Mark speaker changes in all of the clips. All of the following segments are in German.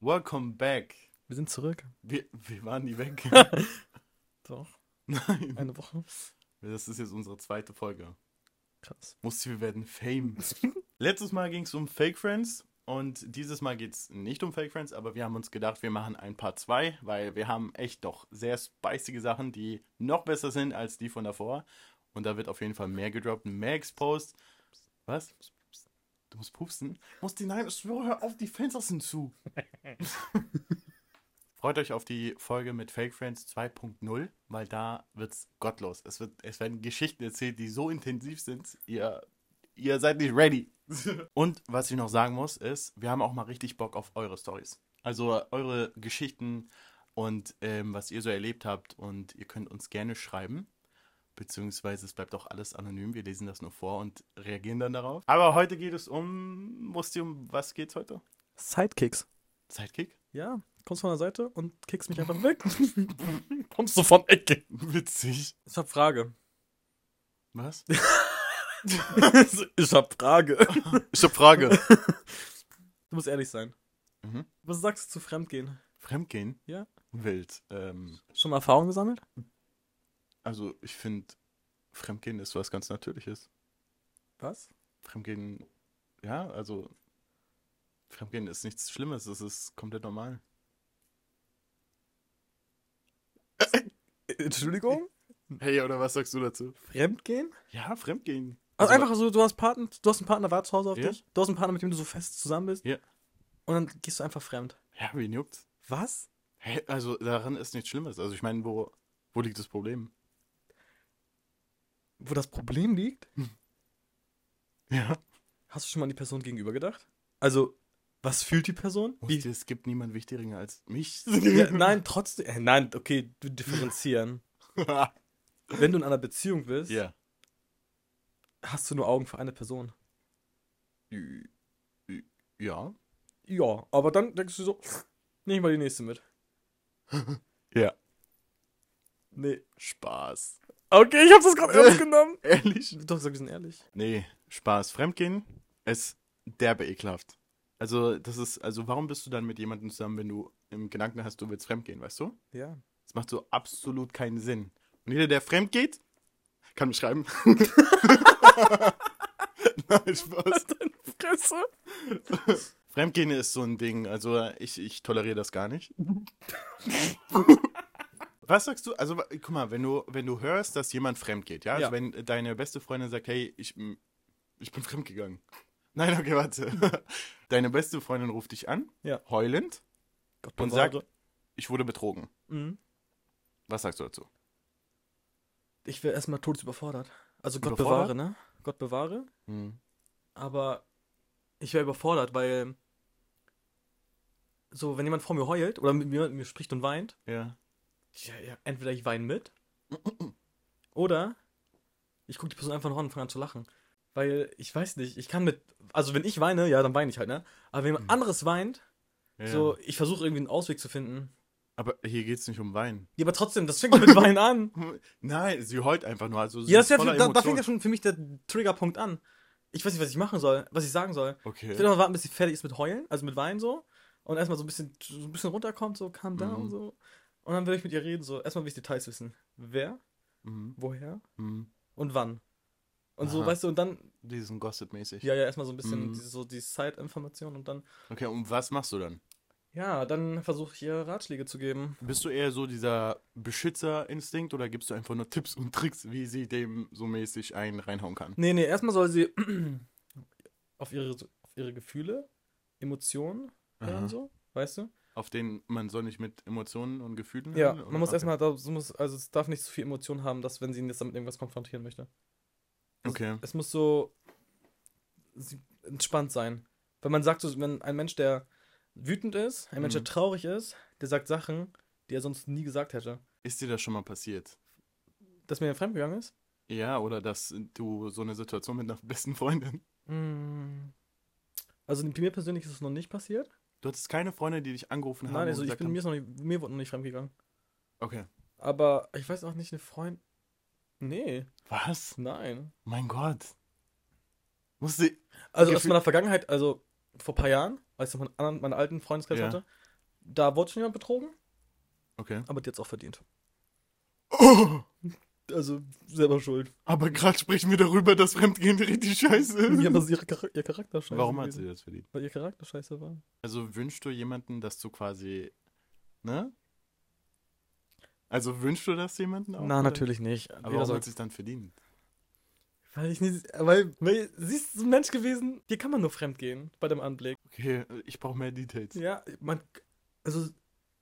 Speaker 1: Welcome back.
Speaker 2: Wir sind zurück.
Speaker 1: Wir, wir waren nie weg.
Speaker 2: Doch,
Speaker 1: Nein.
Speaker 2: eine Woche.
Speaker 1: Das ist jetzt unsere zweite Folge.
Speaker 2: Krass.
Speaker 1: Musti, wir werden Fame. Letztes Mal ging es um Fake Friends und dieses Mal geht es nicht um Fake Friends, aber wir haben uns gedacht, wir machen ein Part 2, weil wir haben echt doch sehr spicige Sachen, die noch besser sind als die von davor. Und da wird auf jeden Fall mehr gedroppt, mehr exposed. Was? Du musst pupsen? Musti, nein, ich schwöre, hör auf, die Fenster sind zu. Freut euch auf die Folge mit Fake Friends 2.0, weil da wird's gottlos. Es, wird, es werden Geschichten erzählt, die so intensiv sind, ihr, ihr seid nicht ready. Und was ich noch sagen muss, ist, wir haben auch mal richtig Bock auf eure Stories. Also äh, eure Geschichten und ähm, was ihr so erlebt habt. Und ihr könnt uns gerne schreiben. Beziehungsweise es bleibt auch alles anonym. Wir lesen das nur vor und reagieren dann darauf. Aber heute geht es um, Musti, um was geht's heute?
Speaker 2: Sidekicks.
Speaker 1: Sidekick?
Speaker 2: Ja, kommst von der Seite und kickst mich einfach weg. kommst du von Ecke.
Speaker 1: Witzig.
Speaker 2: Ich hab Frage.
Speaker 1: Was?
Speaker 2: ich hab Frage.
Speaker 1: Ich hab Frage.
Speaker 2: Du musst ehrlich sein.
Speaker 1: Mhm.
Speaker 2: Was sagst du zu Fremdgehen?
Speaker 1: Fremdgehen?
Speaker 2: Ja.
Speaker 1: Wild. Ähm,
Speaker 2: Schon mal Erfahrung gesammelt?
Speaker 1: also ich finde, Fremdgehen ist was ganz Natürliches.
Speaker 2: Was?
Speaker 1: Fremdgehen, ja, also Fremdgehen ist nichts Schlimmes, es ist komplett normal.
Speaker 2: Äh, Entschuldigung?
Speaker 1: Hm. Hey, oder was sagst du dazu? Ah,
Speaker 2: Fremdgehen?
Speaker 1: Ja, Fremdgehen.
Speaker 2: Also, einfach so, du hast, Partner, du hast einen Partner, wart zu Hause auf
Speaker 1: Ja.
Speaker 2: dich. Du hast einen Partner, mit dem du so fest zusammen bist.
Speaker 1: Ja.
Speaker 2: Und dann gehst du einfach fremd.
Speaker 1: Ja, wen juckt's?
Speaker 2: Was?
Speaker 1: Hey, also daran ist nichts Schlimmes. Also ich meine, wo, wo liegt das Problem?
Speaker 2: Wo das Problem liegt?
Speaker 1: Ja.
Speaker 2: Hast du schon mal an die Person gegenüber gedacht? Also, was fühlt die Person? Wie,
Speaker 1: Es gibt niemand wichtiger als mich.
Speaker 2: ja, nein, trotzdem. Äh, nein, okay, du differenzieren. Wenn du in einer Beziehung bist,
Speaker 1: ja.
Speaker 2: hast du nur Augen für eine Person.
Speaker 1: Ja.
Speaker 2: Ja, aber dann denkst du so, nehm mal die nächste mit.
Speaker 1: Ja.
Speaker 2: Nee.
Speaker 1: Spaß.
Speaker 2: Okay, ich hab das gerade ernst genommen.
Speaker 1: Ehrlich?
Speaker 2: Doch, sag, wir sind ehrlich.
Speaker 1: Nee, Spaß. Fremdgehen ist derbe ekelhaft. Also, das ist, also warum bist du dann mit jemandem zusammen, wenn du im Gedanken hast, du willst fremdgehen, weißt du?
Speaker 2: Ja.
Speaker 1: Das macht so absolut keinen Sinn. Und jeder, der fremd geht, kann mich schreiben. Nein, Spaß.
Speaker 2: Fresse.
Speaker 1: Fremdgehen ist so ein Ding. Also, ich, ich toleriere das gar nicht.
Speaker 2: Mhm.
Speaker 1: Was sagst du? Also, wa- guck mal, wenn du, wenn du hörst, dass jemand fremd geht, ja? Also,
Speaker 2: Ja.
Speaker 1: wenn deine beste Freundin sagt, hey, ich, m- ich bin fremd gegangen. Nein, okay, warte. Deine beste Freundin ruft dich an,
Speaker 2: Ja.
Speaker 1: heulend,
Speaker 2: Gott
Speaker 1: und sagt,
Speaker 2: bewahre.
Speaker 1: ich wurde betrogen.
Speaker 2: Mhm.
Speaker 1: Was sagst du dazu?
Speaker 2: Ich wäre erstmal todesüberfordert. Also Gott
Speaker 1: Überfordert?
Speaker 2: bewahre, ne? Gott bewahre. aber ich wäre überfordert, weil so, wenn jemand vor mir heult oder mit mir, mit mir spricht und weint,
Speaker 1: Ja.
Speaker 2: ja, ja, entweder ich weine mit oder ich gucke die Person einfach noch an und fange an zu lachen. Weil ich weiß nicht, ich kann mit, also wenn ich weine, ja, dann weine ich halt, ne? Aber wenn jemand anderes weint,
Speaker 1: Hm. ja.
Speaker 2: so, ich versuche irgendwie einen Ausweg zu finden.
Speaker 1: Aber hier geht es nicht um Wein.
Speaker 2: Ja, aber trotzdem, das fängt ja mit Weinen an.
Speaker 1: Nein, sie heult einfach nur. Also sie
Speaker 2: Ja, das ist ja,
Speaker 1: voller
Speaker 2: da, da fängt
Speaker 1: Emotionen.
Speaker 2: ja schon für mich der Triggerpunkt an. Ich weiß nicht, was ich machen soll, was ich sagen soll. Ich will
Speaker 1: Okay.
Speaker 2: noch warten, bis sie fertig ist mit Heulen, also mit Weinen so. Und erstmal so ein bisschen, so ein bisschen runterkommt, so calm down,
Speaker 1: Mhm.
Speaker 2: so. Und dann will ich mit ihr reden, so. Erstmal will ich Details wissen. Wer,
Speaker 1: Mhm.
Speaker 2: woher
Speaker 1: Mhm.
Speaker 2: und wann. Und so,
Speaker 1: Aha.
Speaker 2: weißt du, und dann,
Speaker 1: Diesen Gossip-mäßig.
Speaker 2: ja, ja, erstmal so ein bisschen
Speaker 1: Mhm.
Speaker 2: diese, so die Side-Information und dann,
Speaker 1: Okay, und was machst du dann?
Speaker 2: ja, dann versuche ich ihr Ratschläge zu geben.
Speaker 1: Bist du eher so dieser Beschützerinstinkt oder gibst du einfach nur Tipps und Tricks, wie sie dem so mäßig einen reinhauen kann?
Speaker 2: Nee, nee, erstmal soll sie auf ihre, auf ihre Gefühle, Emotionen hören,
Speaker 1: Aha.
Speaker 2: so, weißt du?
Speaker 1: Auf den man soll nicht mit Emotionen und Gefühlen
Speaker 2: Ja,
Speaker 1: handeln,
Speaker 2: man
Speaker 1: oder?
Speaker 2: muss
Speaker 1: Okay.
Speaker 2: erstmal, da- so muss, also es darf nicht zu viel Emotion haben, dass wenn sie ihn jetzt damit irgendwas konfrontieren möchte.
Speaker 1: Okay.
Speaker 2: Es muss so sie- entspannt sein. Wenn man sagt, so, wenn ein Mensch, der wütend ist, ein Mensch, der
Speaker 1: Mhm.
Speaker 2: traurig ist, der sagt Sachen, die er sonst nie gesagt hätte.
Speaker 1: Ist dir das schon mal passiert?
Speaker 2: Dass mir jemand fremdgegangen ist?
Speaker 1: Ja, oder dass du so eine Situation mit einer besten Freundin.
Speaker 2: Mm. Also mir persönlich ist es noch nicht passiert.
Speaker 1: Du hattest keine Freunde, die dich angerufen haben
Speaker 2: Nein, also
Speaker 1: und
Speaker 2: ich
Speaker 1: gesagt
Speaker 2: bin, mir,
Speaker 1: haben.
Speaker 2: ist noch nicht, mir wurde noch nicht fremdgegangen.
Speaker 1: Okay.
Speaker 2: Aber ich weiß auch nicht, eine Freundin. Nee,
Speaker 1: Was?
Speaker 2: nein.
Speaker 1: Mein Gott. Musste.
Speaker 2: Also
Speaker 1: Gefühl-
Speaker 2: aus also, meiner Vergangenheit, also vor ein paar Jahren, als ich noch meinen anderen, meinen alten Freundeskreis
Speaker 1: Ja.
Speaker 2: hatte, Da wurde schon jemand betrogen,
Speaker 1: Okay.
Speaker 2: aber die hat es auch verdient. Also selber schuld.
Speaker 1: Aber gerade sprechen wir darüber, dass Fremdgehen richtig scheiße ist.
Speaker 2: Ja, aber sie- ihre Char- ihr Charakter scheiße.
Speaker 1: Warum hat
Speaker 2: gewesen.
Speaker 1: sie das verdient?
Speaker 2: Weil ihr Charakter scheiße war.
Speaker 1: Also wünschst du jemanden, dass du quasi. Ne? Also wünschst du das jemanden auch?
Speaker 2: Na,
Speaker 1: oder?
Speaker 2: natürlich nicht.
Speaker 1: Aber
Speaker 2: Jeder
Speaker 1: warum
Speaker 2: soll-
Speaker 1: hat sie es dann verdient?
Speaker 2: Weil ich nicht. Weil, weil sie ist so ein Mensch gewesen, hier kann man nur fremd gehen bei dem Anblick.
Speaker 1: Okay, ich brauche mehr Details.
Speaker 2: Ja, man. Also,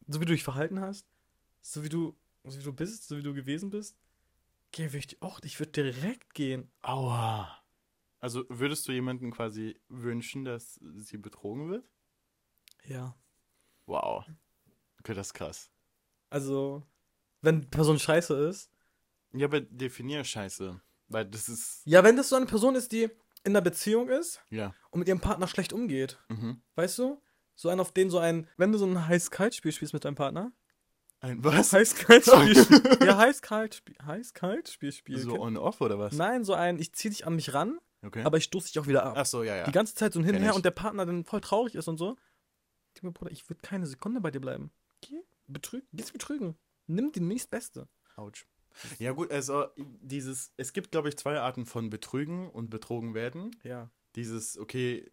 Speaker 2: so wie du dich verhalten hast, so wie du, so wie du bist, so wie du gewesen bist, geh, würde ich auch, ich würde direkt gehen.
Speaker 1: Aua. Also würdest du jemanden quasi wünschen, dass sie betrogen wird?
Speaker 2: Ja.
Speaker 1: Wow. Okay, das ist krass.
Speaker 2: Also, wenn die Person scheiße ist.
Speaker 1: Ja, aber definier Scheiße. Weil das ist.
Speaker 2: Ja, wenn das so eine Person ist, die in einer Beziehung ist
Speaker 1: Ja.
Speaker 2: und mit ihrem Partner schlecht umgeht,
Speaker 1: Mhm.
Speaker 2: weißt du? So einen, auf den so ein, wenn du so ein Heiß-Kalt-Spiel spielst mit deinem Partner.
Speaker 1: Ein was?
Speaker 2: Heiß-Kalt-Spiel. ja, Heiß-Kalt-Spiel. Heiß-Kalt-Spiel spielen.
Speaker 1: So on-off oder was?
Speaker 2: Nein, so ein, ich zieh dich an mich ran,
Speaker 1: Okay.
Speaker 2: aber ich stoße dich auch wieder ab.
Speaker 1: Ach so, ja, ja.
Speaker 2: Die ganze Zeit so hin und
Speaker 1: Kenn
Speaker 2: her
Speaker 1: ich.
Speaker 2: und der Partner dann voll traurig ist und so. Ich denk mir, Bruder, ich würde keine Sekunde bei dir bleiben. Geh, betrüg, geh's betrügen. Nimm die nächstbeste.
Speaker 1: Autsch. Ja gut, also dieses, es gibt glaube ich zwei Arten von Betrügen und betrogen werden.
Speaker 2: Ja.
Speaker 1: Dieses, okay,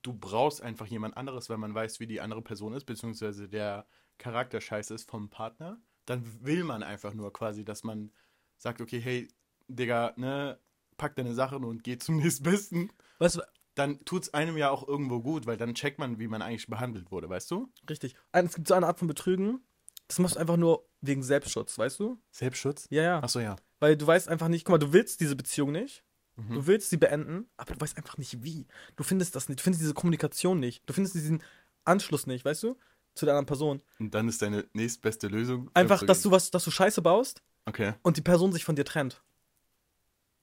Speaker 1: du brauchst einfach jemand anderes, weil man weiß, wie die andere Person ist, beziehungsweise der Charakter scheiße ist vom Partner. Dann will man einfach nur quasi, dass man sagt, okay, hey, Digga, ne, pack deine Sachen und geh zum nächstbesten.
Speaker 2: Weißt du,
Speaker 1: Dann tut's einem ja auch irgendwo gut, weil dann checkt man, wie man eigentlich behandelt wurde, weißt du?
Speaker 2: richtig. Ein- Es gibt so eine Art von Betrügen, das machst du einfach nur wegen Selbstschutz, weißt du?
Speaker 1: Selbstschutz?
Speaker 2: Ja, ja.
Speaker 1: Achso, ja.
Speaker 2: Weil du weißt einfach nicht, guck mal, du willst diese Beziehung nicht.
Speaker 1: Mhm.
Speaker 2: Du willst sie beenden, aber du weißt einfach nicht wie. Du findest das nicht, du findest diese Kommunikation nicht. Du findest diesen Anschluss nicht, weißt du? Zu der anderen Person.
Speaker 1: Und dann ist deine nächstbeste Lösung.
Speaker 2: Einfach, dass
Speaker 1: fremdzugehen.
Speaker 2: du was, dass du Scheiße baust
Speaker 1: Okay.
Speaker 2: und die Person sich von dir trennt.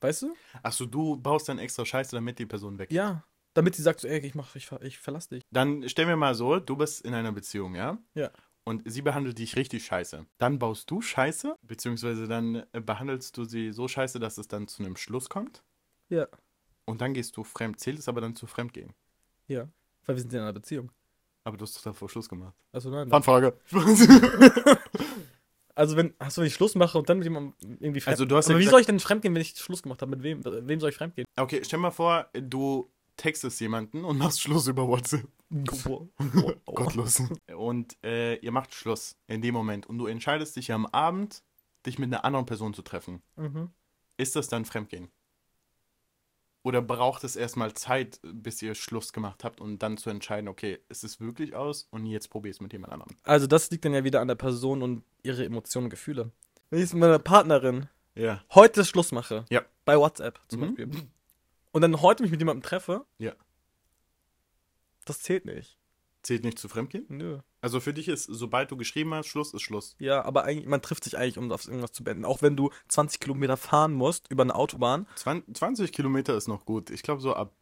Speaker 2: Weißt du?
Speaker 1: Achso, du baust dann extra Scheiße, damit die Person weg.
Speaker 2: Ja. Damit sie sagt, so, ey, ich, mach, ich, ver- ich verlass dich.
Speaker 1: Dann stellen wir mal so, du bist in einer Beziehung, ja?
Speaker 2: Ja.
Speaker 1: Und sie behandelt dich richtig scheiße. Dann baust du Scheiße, beziehungsweise dann äh, behandelst du sie so scheiße, dass es dann zu einem Schluss kommt.
Speaker 2: Ja.
Speaker 1: Und dann gehst du fremd, zählt es aber dann zu Fremdgehen.
Speaker 2: Ja. Weil wir sind in einer Beziehung.
Speaker 1: Aber du hast doch davor Schluss gemacht.
Speaker 2: Also nein.
Speaker 1: Anfrage.
Speaker 2: Also wenn, hast du, wenn ich Schluss mache und dann mit jemandem irgendwie fremd.
Speaker 1: Also du hast ja
Speaker 2: aber wie
Speaker 1: gesagt-
Speaker 2: soll ich denn fremdgehen, wenn ich Schluss gemacht habe? Mit wem? Mit Wem soll ich fremdgehen?
Speaker 1: okay, stell mal vor, du textest jemanden und machst Schluss über WhatsApp.
Speaker 2: Boah, boah, boah.
Speaker 1: Gottlos. Und äh, ihr macht Schluss in dem Moment. Und du entscheidest dich am Abend, dich mit einer anderen Person zu treffen.
Speaker 2: Mhm.
Speaker 1: Ist das dann Fremdgehen? Oder braucht es erstmal Zeit, bis ihr Schluss gemacht habt und dann zu entscheiden, okay, es ist wirklich aus und jetzt probier es mit jemand anderem.
Speaker 2: Also das liegt dann ja wieder an der Person und ihre Emotionen und Gefühle. Wenn ich jetzt mit meiner Partnerin
Speaker 1: Ja.
Speaker 2: heute Schluss mache,
Speaker 1: Ja.
Speaker 2: bei WhatsApp zum
Speaker 1: Mhm.
Speaker 2: Beispiel, und dann heute mich mit jemandem treffe,
Speaker 1: Ja.
Speaker 2: das zählt nicht.
Speaker 1: Zählt nicht zu Fremdgehen?
Speaker 2: Nö.
Speaker 1: Also für dich ist, sobald du geschrieben hast, Schluss ist Schluss.
Speaker 2: Ja, aber eigentlich, man trifft sich eigentlich, um auf irgendwas zu beenden. Auch wenn du 20 Kilometer fahren musst über eine Autobahn.
Speaker 1: Zwan- 20 Kilometer ist noch gut. Ich glaube, so ab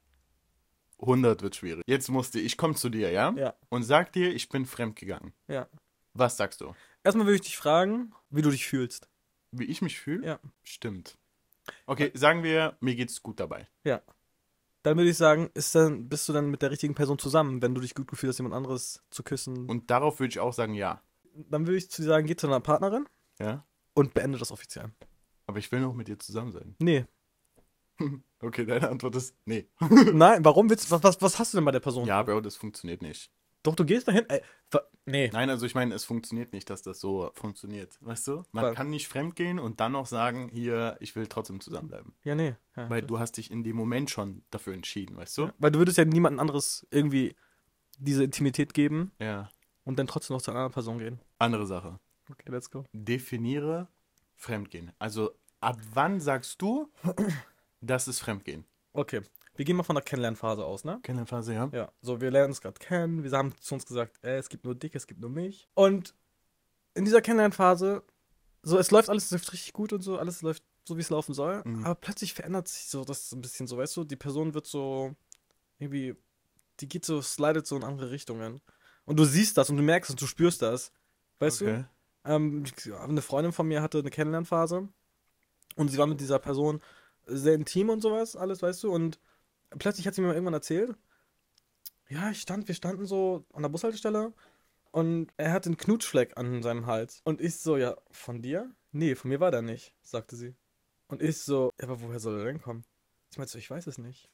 Speaker 1: 100 wird schwierig. Jetzt musste ich, komm zu dir, ja?
Speaker 2: Ja.
Speaker 1: Und sag dir, ich bin fremdgegangen.
Speaker 2: Ja.
Speaker 1: Was sagst du?
Speaker 2: Erstmal würde ich dich fragen, wie du dich fühlst.
Speaker 1: Wie ich mich fühle?
Speaker 2: Ja.
Speaker 1: Stimmt. Okay, sagen wir, mir geht's gut dabei.
Speaker 2: Dann würde ich sagen, ist dann, bist du dann mit der richtigen Person zusammen, wenn du dich gut gefühlt hast, jemand anderes zu küssen.
Speaker 1: Und darauf würde ich auch sagen, ja.
Speaker 2: dann würde ich zu dir sagen, geh zu deiner Partnerin
Speaker 1: Ja.
Speaker 2: und beende das offiziell.
Speaker 1: Aber ich will noch mit dir zusammen sein.
Speaker 2: Nee.
Speaker 1: Okay, deine Antwort ist nee.
Speaker 2: Nein, warum willst du, was, was, was hast du denn bei der Person?
Speaker 1: Ja, Bro, das funktioniert nicht.
Speaker 2: Doch, du gehst dahin. Ey, wa- nee.
Speaker 1: Nein, also ich meine, es funktioniert nicht, dass das so funktioniert. Weißt du? Man
Speaker 2: Weil-
Speaker 1: kann nicht fremdgehen und dann noch sagen, hier, ich will trotzdem zusammenbleiben.
Speaker 2: Ja, nee. Ja.
Speaker 1: Weil du hast dich in dem Moment schon dafür entschieden, weißt du?
Speaker 2: Weil du würdest ja niemandem anderes irgendwie diese Intimität geben
Speaker 1: Ja.
Speaker 2: und dann trotzdem noch zu einer anderen Person gehen.
Speaker 1: Andere Sache.
Speaker 2: Okay, let's go.
Speaker 1: Definiere Fremdgehen. Also ab wann sagst du, das ist Fremdgehen?
Speaker 2: Okay, wir gehen mal von der Kennenlernphase aus, ne?
Speaker 1: Kennenlernphase, ja?
Speaker 2: Ja, so wir lernen uns gerade kennen. Wir haben zu uns gesagt, äh, es gibt nur dich, es gibt nur mich. Und in dieser Kennenlernphase, so es läuft alles, es läuft richtig gut und so, alles läuft so, wie es laufen soll.
Speaker 1: Mhm.
Speaker 2: Aber plötzlich verändert sich so das ein bisschen so, weißt du, die Person wird so irgendwie, die geht so, slidet so in andere Richtungen. Und du siehst das und du merkst und du spürst das. Weißt du?
Speaker 1: okay.
Speaker 2: Ähm, ich- eine Freundin von mir hatte eine Kennenlernphase und sie war mit dieser Person sehr intim und sowas, alles, weißt du, und plötzlich hat sie mir mal irgendwann erzählt, ja, ich stand, wir standen so an der Bushaltestelle Und er hatte einen Knutschfleck an seinem Hals. Und ich so, ja, von dir? Nee, von mir war der nicht, sagte sie. Und ich so, ja, aber woher soll er denn kommen? Ich meinte so, ich weiß es nicht.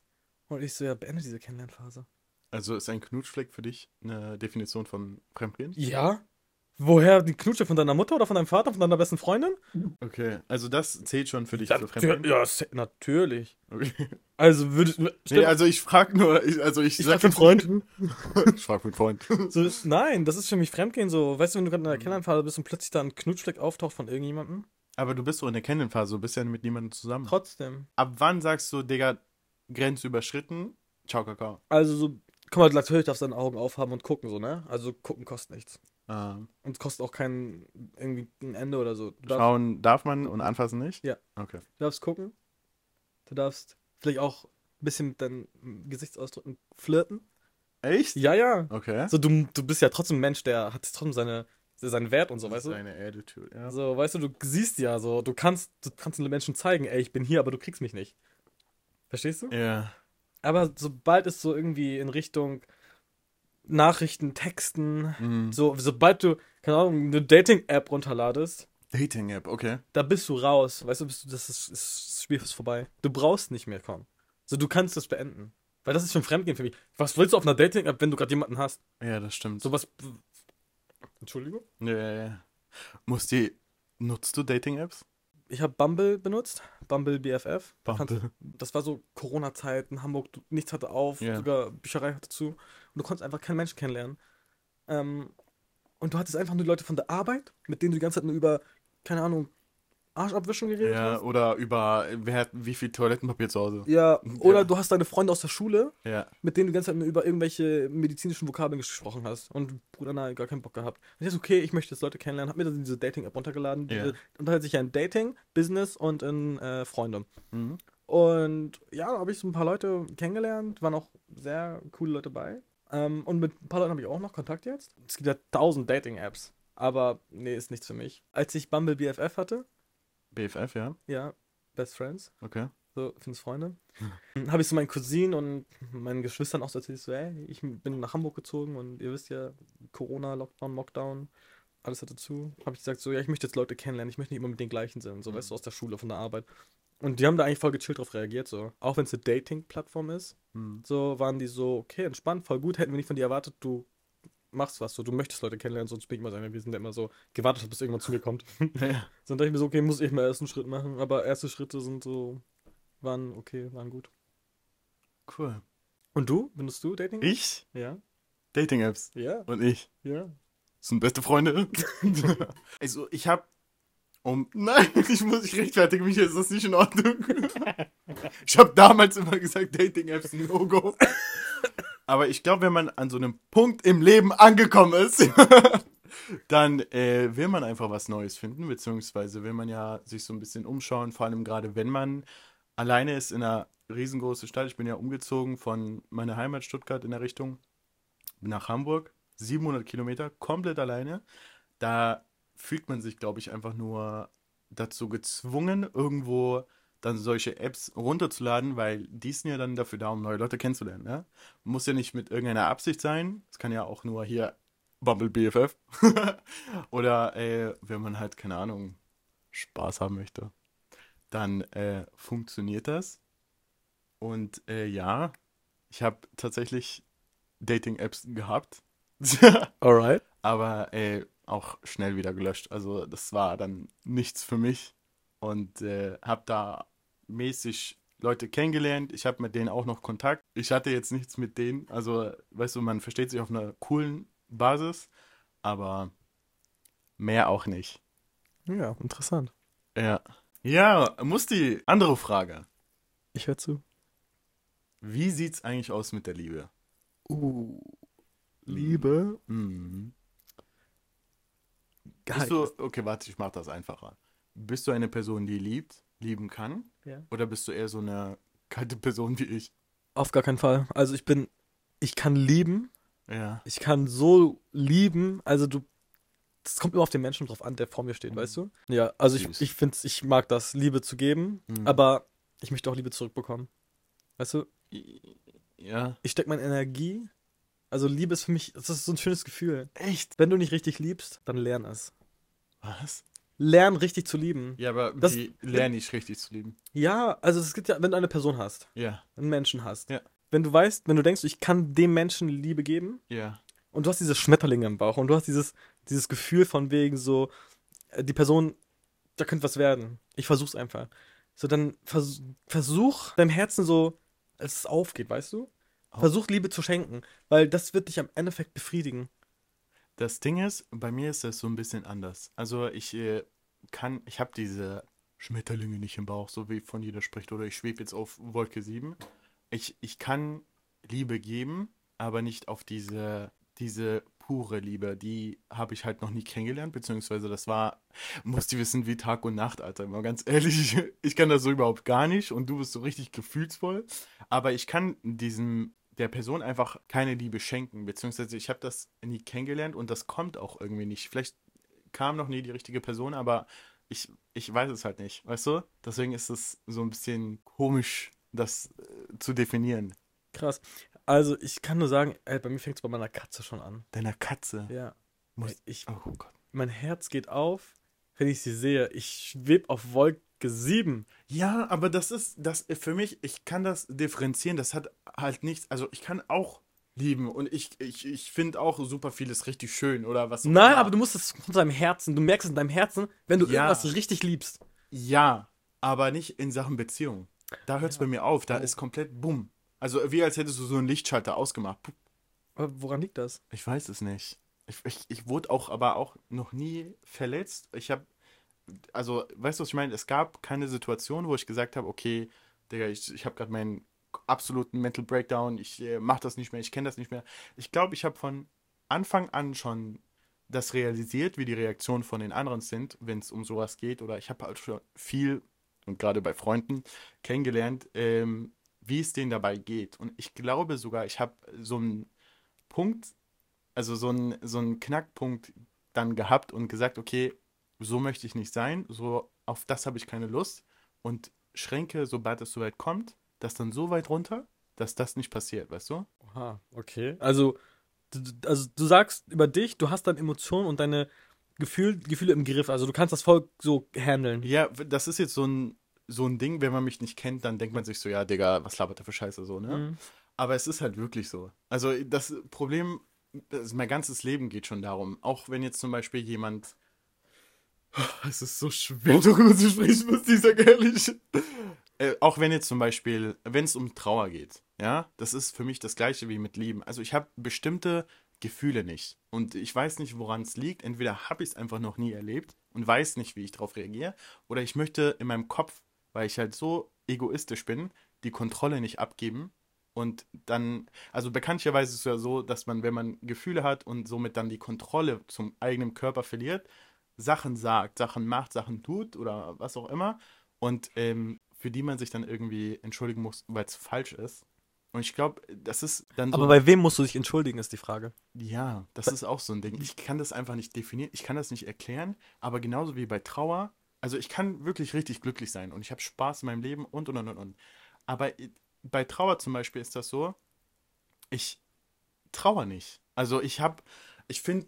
Speaker 2: Und ich so, ja, beende diese Kennenlernphase.
Speaker 1: Also ist ein Knutschfleck für dich eine Definition von Fremdgehen?
Speaker 2: Ja? Woher die Knutsche von deiner Mutter oder von deinem Vater, von deiner besten Freundin?
Speaker 1: Okay, also das zählt schon für dich zu
Speaker 2: Natür-
Speaker 1: Fremdgehen?
Speaker 2: ja, se- natürlich.
Speaker 1: Okay.
Speaker 2: Also würdest
Speaker 1: Nee, also ich frag nur, ich, also ich,
Speaker 2: ich
Speaker 1: sag
Speaker 2: sag für Freund.
Speaker 1: ich frag mit Freund.
Speaker 2: So, nein, das ist für mich Fremdgehen so. Weißt du, wenn du gerade
Speaker 1: Mhm.
Speaker 2: in der Kennenlernphase bist und plötzlich da ein Knutschfleck auftaucht von irgendjemandem?
Speaker 1: Aber du bist doch in der Kennenphase, du bist ja mit niemandem zusammen.
Speaker 2: Trotzdem.
Speaker 1: Ab wann sagst du, Digga, Grenze überschritten? Ciao, Kakao.
Speaker 2: Also so, guck mal, natürlich darfst du deine Augen aufhaben und gucken so, ne? Also gucken kostet nichts.
Speaker 1: Ähm,
Speaker 2: Und es kostet auch kein irgendwie ein Ende oder so. Du darfst,
Speaker 1: schauen darf man und anfassen nicht?
Speaker 2: Ja.
Speaker 1: Okay.
Speaker 2: du darfst gucken. Du darfst vielleicht auch ein bisschen mit deinen Gesichtsausdrücken flirten.
Speaker 1: Echt?
Speaker 2: Ja, ja.
Speaker 1: Okay.
Speaker 2: So, du, du bist ja trotzdem ein Mensch, der hat trotzdem seine, seinen Wert und so,
Speaker 1: Das
Speaker 2: weißt
Speaker 1: ist
Speaker 2: du?
Speaker 1: eine Attitude, ja.
Speaker 2: So, weißt du, du siehst ja so, du kannst, du kannst den Menschen zeigen, ey, ich bin hier, aber du kriegst mich nicht. Verstehst du?
Speaker 1: Ja.
Speaker 2: Aber sobald es so irgendwie in Richtung Nachrichten, Texten,
Speaker 1: Mhm.
Speaker 2: so, sobald du, keine Ahnung, eine Dating-App runterladest,
Speaker 1: Dating-App, okay.
Speaker 2: da bist du raus. Weißt du, bist du, das ist, ist das Spiel ist vorbei. Du brauchst nicht mehr kommen. So, du kannst es beenden. Weil das ist schon Fremdgehen für mich. Was willst du auf einer Dating-App, wenn du gerade jemanden hast?
Speaker 1: Ja, das stimmt.
Speaker 2: Sowas. Entschuldigung?
Speaker 1: Ja, ja, ja. Muss die. Nutzt du Dating-Apps?
Speaker 2: Ich habe Bumble benutzt. Bumble BFF. Da kannst-
Speaker 1: Bumble.
Speaker 2: Das war so Corona-Zeiten, Hamburg, du, nichts hatte auf,
Speaker 1: Ja.
Speaker 2: sogar Bücherei hatte zu. Und du konntest einfach keinen Menschen kennenlernen. Ähm, und du hattest einfach nur Leute von der Arbeit, mit denen du die ganze Zeit nur über, keine Ahnung, Arschabwischen geredet
Speaker 1: Ja,
Speaker 2: hast.
Speaker 1: oder über wer hat wie viel Toilettenpapier zu Hause.
Speaker 2: Ja, oder
Speaker 1: Ja.
Speaker 2: du hast deine Freunde aus der Schule,
Speaker 1: Ja.
Speaker 2: mit denen du die ganze Zeit nur über irgendwelche medizinischen Vokabeln gesprochen hast. Und Bruder, nein, gar keinen Bock gehabt. Und ich dachte, okay, ich möchte jetzt Leute kennenlernen, hab mir dann diese Dating-App runtergeladen.
Speaker 1: Ja.
Speaker 2: Diese, unterhält sich ja in Dating, Business und in äh, Freunde.
Speaker 1: Mhm.
Speaker 2: Und ja, da habe ich so ein paar Leute kennengelernt, waren auch sehr coole Leute bei. Ähm, und mit ein paar Leuten habe ich auch noch Kontakt jetzt. Es gibt ja tausend Dating-Apps, aber nee, ist nichts für mich. Als ich Bumble BFF hatte,
Speaker 1: BFF, ja.
Speaker 2: ja, Best Friends,
Speaker 1: Okay.
Speaker 2: so findest Freunde, habe ich so meinen Cousinen und meinen Geschwistern auch so erzählt, so, ey, ich bin nach Hamburg gezogen und ihr wisst ja, Corona, Lockdown, Lockdown, alles dazu. Habe ich gesagt, so, ja, ich möchte jetzt Leute kennenlernen, ich möchte nicht immer mit den gleichen sein, so,
Speaker 1: Mhm.
Speaker 2: weißt du, aus der Schule, von der Arbeit. Und die haben da eigentlich voll gechillt drauf reagiert, so. Auch wenn es eine Dating-Plattform ist,
Speaker 1: Mhm.
Speaker 2: so waren die so, okay, entspannt, voll gut, hätten wir nicht von dir erwartet, du machst was, so, du möchtest Leute kennenlernen, sonst bin ich mal sein, wir sind ja immer so gewartet, bis irgendwann zu mir kommt.
Speaker 1: Ja.
Speaker 2: So, dann dachte ich mir so, okay, muss ich mal erst einen Schritt machen. Aber erste Schritte sind so, waren okay, waren gut.
Speaker 1: Cool.
Speaker 2: Und du? Benutzt du Dating?
Speaker 1: Ich?
Speaker 2: Ja.
Speaker 1: Dating-Apps.
Speaker 2: Ja.
Speaker 1: Und ich.
Speaker 2: Ja.
Speaker 1: Sind beste Freunde. also, ich hab. Um, nein, ich muss, ich rechtfertige mich, jetzt ist das nicht in Ordnung. Ich habe damals immer gesagt, Dating-Apps ein No-Go. Aber ich glaube, wenn man an so einem Punkt im Leben angekommen ist, dann äh, will man einfach was Neues finden, beziehungsweise will man ja sich so ein bisschen umschauen, vor allem gerade wenn man alleine ist in einer riesengroßen Stadt. Ich bin ja umgezogen von meiner Heimat Stuttgart in der Richtung nach Hamburg, 700 Kilometer, komplett alleine. Da fühlt man sich, glaube ich, einfach nur dazu gezwungen, irgendwo dann solche Apps runterzuladen, weil die sind ja dann dafür da, um neue Leute kennenzulernen. Ne? Muss ja nicht mit irgendeiner Absicht sein. Es kann ja auch nur hier Bumble BFF. Oder äh, wenn man halt, keine Ahnung, Spaß haben möchte, dann äh, funktioniert das. Und äh, ja, ich habe tatsächlich Dating-Apps gehabt.
Speaker 2: Alright.
Speaker 1: aber äh, auch schnell wieder gelöscht. Also das war dann nichts für mich und äh, habe da mäßig Leute kennengelernt. Ich habe mit denen auch noch Kontakt. Ich hatte jetzt nichts mit denen. Also weißt du, man versteht sich auf einer coolen Basis, aber mehr auch nicht.
Speaker 2: Ja, interessant.
Speaker 1: Ja. Ja, Musti, andere Frage.
Speaker 2: Ich höre zu.
Speaker 1: Wie sieht's eigentlich aus mit der Liebe?
Speaker 2: Uh. Liebe.
Speaker 1: Mhm.
Speaker 2: Geil.
Speaker 1: Bist du,
Speaker 2: Halt.
Speaker 1: okay, warte, ich mach das einfacher. Bist du eine Person, die liebt, lieben kann?
Speaker 2: Ja.
Speaker 1: Oder bist du eher so eine kalte Person wie ich?
Speaker 2: Auf gar keinen Fall. Also ich bin, ich kann lieben.
Speaker 1: Ja.
Speaker 2: Ich kann so lieben. Also du, das kommt immer auf den Menschen drauf an, der vor mir steht, weißt du? Ja, also ich,
Speaker 1: Mhm. Süß.
Speaker 2: ich finde, ich mag das, Liebe zu geben.
Speaker 1: Mhm.
Speaker 2: Aber ich möchte auch Liebe zurückbekommen. Weißt du,
Speaker 1: Ja.
Speaker 2: ich stecke meine Energie Also Liebe ist für mich, das ist so ein schönes Gefühl.
Speaker 1: Echt?
Speaker 2: Wenn du nicht richtig liebst, dann lern es.
Speaker 1: Was?
Speaker 2: Lern richtig zu lieben.
Speaker 1: Ja, aber
Speaker 2: Das-
Speaker 1: die lerne ich richtig zu lieben.
Speaker 2: Ja, also es gibt ja, wenn du eine Person hast,
Speaker 1: Ja,
Speaker 2: einen Menschen hast.
Speaker 1: Ja.
Speaker 2: Wenn du weißt, wenn du denkst, ich kann dem Menschen Liebe geben
Speaker 1: ja.
Speaker 2: und du hast diese Schmetterlinge im Bauch und du hast dieses, dieses Gefühl von wegen so, äh, die Person, da könnte was werden. Ich versuch's einfach. So, dann vers versuch deinem Herzen so, dass es aufgeht, weißt du?
Speaker 1: Auf-
Speaker 2: Versuch Liebe zu schenken, weil das wird dich am Endeffekt befriedigen.
Speaker 1: Das Ding ist, bei mir ist das so ein bisschen anders. Also ich äh, kann, ich habe diese Schmetterlinge nicht im Bauch, so wie von jeder spricht, oder ich schwebe jetzt auf Wolke 7. Ich, ich kann Liebe geben, aber nicht auf diese, diese pure Liebe. Die habe ich halt noch nie kennengelernt, beziehungsweise das war, musst du wissen, wie Tag und Nacht, Alter. Mal ganz ehrlich, ich kann das so überhaupt gar nicht und du bist so richtig gefühlsvoll. Aber ich kann diesem der Person einfach keine Liebe schenken, beziehungsweise ich habe das nie kennengelernt und das kommt auch irgendwie nicht. Vielleicht kam noch nie die richtige Person, aber ich, ich weiß es halt nicht, weißt du? Deswegen ist es so ein bisschen komisch, das äh, zu definieren.
Speaker 2: Krass. Also, ich kann nur sagen, ey, bei mir fängt's bei meiner Katze schon an.
Speaker 1: Deiner Katze.
Speaker 2: Ja.
Speaker 1: Muss-
Speaker 2: Ich,
Speaker 1: Oh Gott.
Speaker 2: mein Herz geht auf, wenn ich sie sehe. Ich schweb auf Wolke 7.
Speaker 1: Ja, aber das ist, das für mich, ich kann das differenzieren, das hat halt nichts, also ich kann auch lieben und ich, ich, ich finde auch super vieles richtig schön oder was auch
Speaker 2: Nein,
Speaker 1: immer.
Speaker 2: aber du musst es von deinem Herzen. Du merkst es in deinem Herzen, wenn du
Speaker 1: Ja.
Speaker 2: irgendwas richtig liebst.
Speaker 1: Ja, aber nicht in Sachen Beziehung. Da hört es bei mir auf. Da ist komplett bumm. Also wie als hättest du so einen Lichtschalter ausgemacht. Puh,
Speaker 2: Aber woran liegt das?
Speaker 1: Ich weiß es nicht. Ich, ich, ich wurde auch aber auch noch nie verletzt. Ich habe, also weißt du, was ich meine? Es gab keine Situation, wo ich gesagt habe, okay, Digga, ich, ich habe gerade meinen absoluten Mental Breakdown. Ich äh, mach das nicht mehr. Ich kenne das nicht mehr. Ich glaube, ich habe von Anfang an schon das realisiert, wie die Reaktionen von den anderen sind, wenn es um sowas geht. Oder ich habe halt schon viel, und gerade bei Freunden, kennengelernt, ähm, wie es denen dabei geht. Und ich glaube sogar, ich habe so einen Punkt, also so einen, so einen Knackpunkt dann gehabt und gesagt, okay, so möchte ich nicht sein, so auf das habe ich keine Lust. Und schränke, sobald es soweit kommt, das dann so weit runter, dass das nicht passiert, weißt du?
Speaker 2: Aha, okay. Also du, du- also, du sagst über dich, du hast deine Emotionen und deine Gefühl, Gefühle im Griff. Also, du kannst das voll so handeln.
Speaker 1: Ja, w- das ist jetzt so ein, so ein Ding, wenn man mich nicht kennt, dann denkt man sich so, ja, Digga, was labert der für Scheiße so, ne?
Speaker 2: Mhm.
Speaker 1: Aber es ist halt wirklich so. Also das Problem, das, mein ganzes Leben geht schon darum. Auch wenn jetzt zum Beispiel jemand. Es ist so schwer, darüber zu sprechen, muss ich sagen, ehrlich. Äh, auch wenn jetzt zum Beispiel, wenn es um Trauer geht, ja, das ist für mich das Gleiche wie mit Lieben. Also ich habe bestimmte Gefühle nicht. Und ich weiß nicht, woran es liegt. Entweder habe ich es einfach noch nie erlebt und weiß nicht, wie ich darauf reagiere, oder ich möchte in meinem Kopf, weil ich halt so egoistisch bin, die Kontrolle nicht abgeben und dann, also bekanntlicherweise ist es ja so, dass man, wenn man Gefühle hat und somit dann die Kontrolle zum eigenen Körper verliert, Sachen sagt, Sachen macht, Sachen tut oder was auch immer und ähm, für die man sich dann irgendwie entschuldigen muss, weil es falsch ist. Und ich glaube, das ist dann so.
Speaker 2: Aber bei wem musst du dich entschuldigen, ist die Frage.
Speaker 1: Ja, das ist auch so ein Ding. Ich kann das einfach nicht definieren, ich kann das nicht erklären, aber genauso wie bei Trauer, also ich kann wirklich richtig glücklich sein und ich habe Spaß in meinem Leben und und und und und. Aber i- bei Trauer zum Beispiel ist das so, ich trauer nicht. Also ich habe, ich finde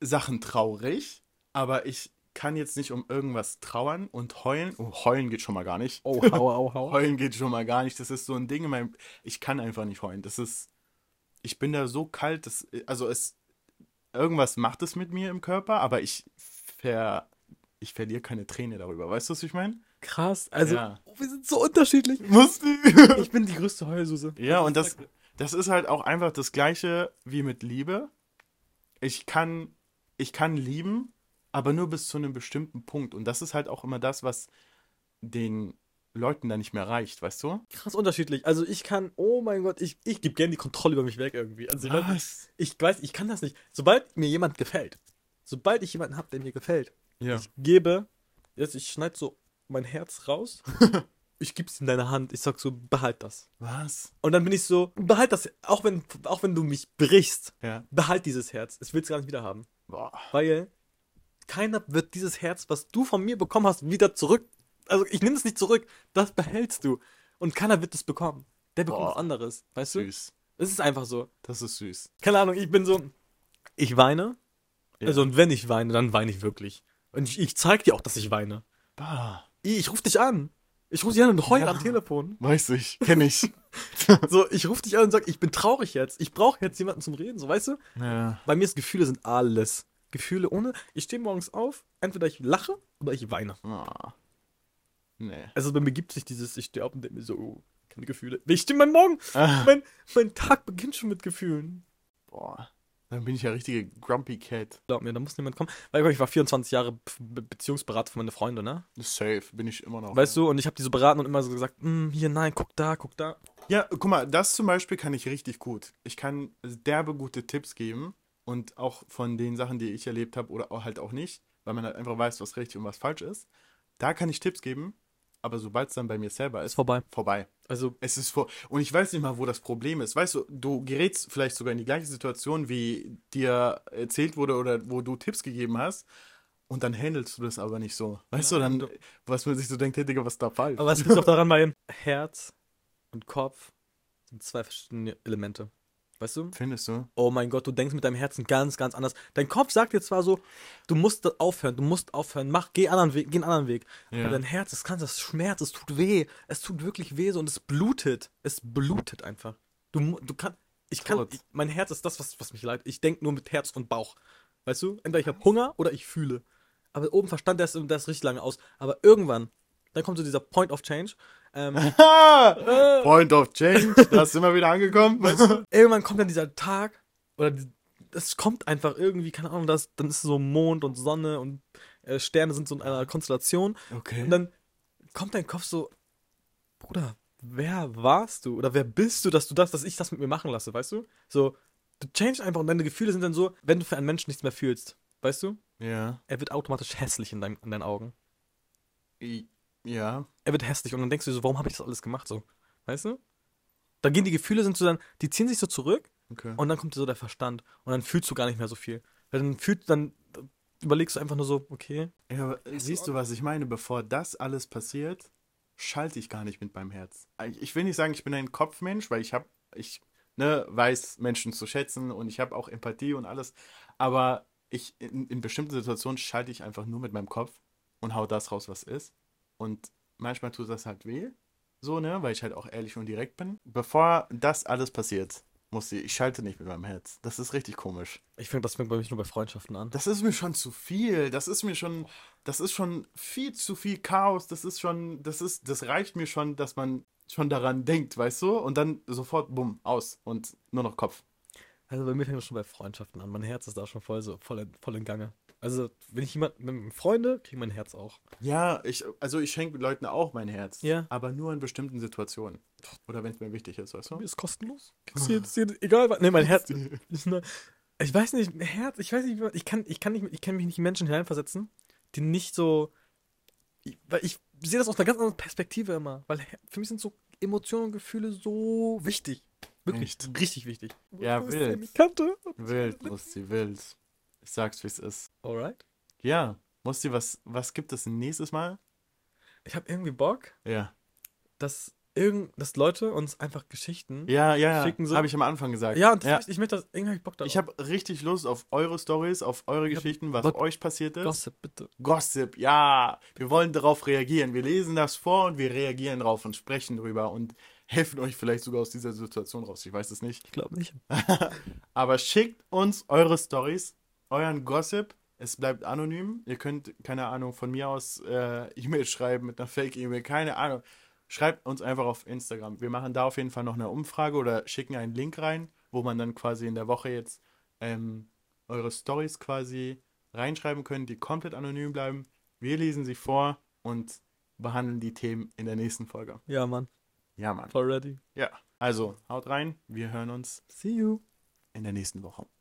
Speaker 1: Sachen traurig, aber ich kann jetzt nicht um irgendwas trauern und heulen. Oh, heulen geht schon mal gar nicht.
Speaker 2: Oh, hau, hau, hau.
Speaker 1: Heulen geht schon mal gar nicht. Das ist so ein Ding in meinem. Ich kann einfach nicht heulen. Das ist. Ich bin da so kalt, dass. Also es. Irgendwas macht es mit mir im Körper, aber ich ver. Ich verliere keine Träne darüber. Weißt du, was ich meine?
Speaker 2: Krass. Also,
Speaker 1: Ja.
Speaker 2: oh, wir sind so unterschiedlich.
Speaker 1: Musst
Speaker 2: Ich bin die größte Heulsuse.
Speaker 1: Ja, und das, das ist halt auch einfach das Gleiche wie mit Liebe. Ich kann, ich kann lieben, aber nur bis zu einem bestimmten Punkt. Und das ist halt auch immer das, was den Leuten dann nicht mehr reicht, weißt du?
Speaker 2: krass unterschiedlich. Also ich kann, oh mein Gott, ich, ich gebe gerne die Kontrolle über mich weg irgendwie. Also ich, weiß, ich weiß, ich kann das nicht. Sobald mir jemand gefällt, sobald ich jemanden habe, der mir gefällt,
Speaker 1: Ja.
Speaker 2: ich gebe, jetzt ich schneide so mein Herz raus, ich gebe es in deine Hand, ich sag so, behalt das.
Speaker 1: Was?
Speaker 2: Und dann bin ich so, behalt das, auch wenn, auch wenn du mich brichst,
Speaker 1: Ja.
Speaker 2: behalt dieses Herz. Es will's gar nicht wieder haben.
Speaker 1: Boah.
Speaker 2: Weil keiner wird dieses Herz, was du von mir bekommen hast, wieder zurück. Also ich nehme es nicht zurück, das behältst du. Und keiner wird es bekommen. Der bekommt
Speaker 1: Boah.
Speaker 2: was anderes, weißt du?
Speaker 1: Süß.
Speaker 2: Es ist einfach so.
Speaker 1: Das ist süß.
Speaker 2: Keine Ahnung, ich bin so. Ich weine.
Speaker 1: Ja.
Speaker 2: Also, und wenn ich weine, dann weine ich wirklich. Und ich, ich zeig dir auch, dass ich weine.
Speaker 1: Bah,
Speaker 2: Ich, ich ruf dich an. Ich ruf dich an und heul
Speaker 1: Ja.
Speaker 2: am Telefon.
Speaker 1: weiß ich, kenne ich.
Speaker 2: So, ich ruf dich an und sag, ich bin traurig jetzt. Ich brauche jetzt jemanden zum Reden. So, weißt du?
Speaker 1: ja.
Speaker 2: Bei mir ist Gefühle sind alles. Gefühle ohne. Ich stehe morgens auf, entweder ich lache oder ich weine.
Speaker 1: Ah. Nee.
Speaker 2: Also bei mir gibt sich dieses, ich stehe auf und denke mir so, oh, keine Gefühle. Ich stehe mein Morgen.
Speaker 1: Ah,
Speaker 2: Mein, mein Tag beginnt schon mit Gefühlen.
Speaker 1: boah. Dann bin ich ja richtige Grumpy Cat.
Speaker 2: Glaub mir, da muss niemand kommen. Weil ich war 24 Jahre Be Beziehungsberater für meine Freunde, ne?
Speaker 1: Safe bin ich immer noch.
Speaker 2: Weißt du, und ich habe die so beraten und immer so gesagt, "Hm, hier, nein, guck da, guck da.
Speaker 1: Ja, guck mal, das zum Beispiel kann ich richtig gut. Ich kann derbe gute Tipps geben und auch von den Sachen, die ich erlebt habe oder auch halt auch nicht, weil man halt einfach weiß, was richtig und was falsch ist. Da kann ich Tipps geben, aber sobald es dann bei mir selber
Speaker 2: Ist
Speaker 1: ist,
Speaker 2: vorbei.
Speaker 1: vorbei.
Speaker 2: Also,
Speaker 1: Es ist vor. Und ich weiß nicht mal, wo das Problem ist. Weißt du, du gerätst vielleicht sogar in die gleiche Situation, wie dir erzählt wurde oder wo du Tipps gegeben hast. Und dann handelst du das aber nicht so. Weißt du,
Speaker 2: Nein,
Speaker 1: dann, was man sich so denkt, hey, Digga, was ist da falsch?
Speaker 2: aber es liegt doch daran, weil Herz und Kopf sind zwei verschiedene Elemente. Weißt du?
Speaker 1: Findest du?
Speaker 2: Oh mein Gott, du denkst mit deinem Herzen ganz, ganz anders. Dein Kopf sagt dir zwar so, du musst das aufhören, du musst aufhören, mach, geh anderen Weg, geh einen anderen Weg.
Speaker 1: Ja.
Speaker 2: Aber dein Herz, das kann, das schmerzt, es tut weh, es tut wirklich weh so und es blutet, es blutet einfach. Du, mu- du kannst, ich kann,
Speaker 1: Trotz.
Speaker 2: ich, mein Herz ist das, was, was mich leidet. Ich denke nur mit Herz und Bauch. Weißt du, entweder ich habe Hunger oder ich fühle. Aber oben verstand das, das richtig lange aus. Aber irgendwann, dann kommt so dieser Point of Change. Ähm,
Speaker 1: Ha! Point of Change, da sind wir wieder angekommen.
Speaker 2: irgendwann kommt dann dieser Tag oder die- es kommt einfach irgendwie, keine Ahnung, das, dann ist so Mond und Sonne und äh, Sterne sind so in einer Konstellation
Speaker 1: Okay.
Speaker 2: und dann kommt dein Kopf so, Bruder, wer warst du oder wer bist du, dass du das, dass ich das mit mir machen lasse, weißt du? So, du changest einfach und deine Gefühle sind dann so, wenn du für einen Menschen nichts mehr fühlst, weißt du?
Speaker 1: Ja.
Speaker 2: Er wird automatisch hässlich in, deinem, in deinen Augen.
Speaker 1: I- Ja.
Speaker 2: er wird hässlich und dann denkst du dir so, warum habe ich das alles gemacht so, weißt du? Dann gehen die Gefühle sind so dann, die ziehen sich so zurück
Speaker 1: Okay.
Speaker 2: Und dann kommt dir so der Verstand und dann fühlst du gar nicht mehr so viel. Weil dann fühlt, dann überlegst du einfach nur so, okay.
Speaker 1: ja aber siehst du, was ich meine? Bevor das alles passiert, schalte ich gar nicht mit meinem Herz. Ich will nicht sagen, ich bin ein Kopfmensch, weil ich habe, ich ne, weiß Menschen zu schätzen und ich habe auch Empathie und alles. Aber ich in, in bestimmten Situationen schalte ich einfach nur mit meinem Kopf und hau das raus, was ist. Und manchmal tut das halt weh, so ne, weil ich halt auch ehrlich und direkt bin. Bevor das alles passiert, muss ich, ich schalte nicht mit meinem Herz. Das ist richtig komisch.
Speaker 2: Ich finde, das fängt bei mir nur bei Freundschaften an.
Speaker 1: Das ist mir schon zu viel. Das ist mir schon, das ist schon viel zu viel Chaos. Das ist schon, das ist, das reicht mir schon, dass man schon daran denkt, weißt du? Und dann sofort, bumm, aus und nur noch Kopf.
Speaker 2: Also bei mir fängt das schon bei Freundschaften an. Mein Herz ist da schon voll so, voll in, voll in Gange. Also, wenn ich jemanden, mit Freunde, kriege mein Herz auch.
Speaker 1: Ja, ich, also ich schenke Leuten auch mein Herz.
Speaker 2: Ja.
Speaker 1: Aber nur in bestimmten Situationen. Oder wenn es mir wichtig ist, weißt du?
Speaker 2: Ist kostenlos. Kriegst du jetzt, jetzt, egal was. Nee, mein Herz. Ist ne, ich weiß nicht, Herz, ich weiß nicht, wie man- ich kann, ich kann nicht, ich kann mich nicht in Menschen hineinversetzen, die nicht so. Ich, weil ich sehe das aus einer ganz anderen Perspektive immer. Weil Her- für mich sind so Emotionen und Gefühle so wichtig. Wirklich richtig wichtig.
Speaker 1: Ja,
Speaker 2: Das ist
Speaker 1: wild.
Speaker 2: die Kante.
Speaker 1: Wild, Musti, wild. Ich sag's, wie es ist.
Speaker 2: Alright.
Speaker 1: Ja, Musti, was, was gibt es nächstes Mal?
Speaker 2: Ich habe irgendwie Bock,
Speaker 1: Ja.
Speaker 2: dass irgend, dass Leute uns einfach Geschichten.
Speaker 1: Ja, ja,
Speaker 2: Schicken so-
Speaker 1: habe ich am Anfang gesagt.
Speaker 2: Ja, und das Möchte, ich möchte das, irgendwie habe ich Bock darauf.
Speaker 1: Ich habe richtig Lust auf eure Stories, auf eure
Speaker 2: Ja,
Speaker 1: Geschichten, was
Speaker 2: Gott-
Speaker 1: euch passiert ist.
Speaker 2: Gossip, bitte.
Speaker 1: Gossip, ja. Wir wollen darauf reagieren. Wir lesen das vor und wir reagieren darauf und sprechen drüber und helfen euch vielleicht sogar aus dieser Situation raus. Ich weiß es nicht.
Speaker 2: Ich glaube nicht.
Speaker 1: Aber schickt uns eure Stories, euren Gossip. Es bleibt anonym. Ihr könnt, keine Ahnung, von mir aus äh, E-Mail schreiben mit einer Fake-E-Mail, keine Ahnung. Schreibt uns einfach auf Instagram. Wir machen da auf jeden Fall noch eine Umfrage oder schicken einen Link rein, wo man dann quasi in der Woche jetzt ähm, eure Stories quasi reinschreiben könnt, die komplett anonym bleiben. Wir lesen sie vor und behandeln die Themen in der nächsten Folge.
Speaker 2: Ja, Mann.
Speaker 1: Ja, Mann.
Speaker 2: Already.
Speaker 1: Ja. Also, haut rein. Wir hören uns
Speaker 2: See you.
Speaker 1: in der nächsten Woche.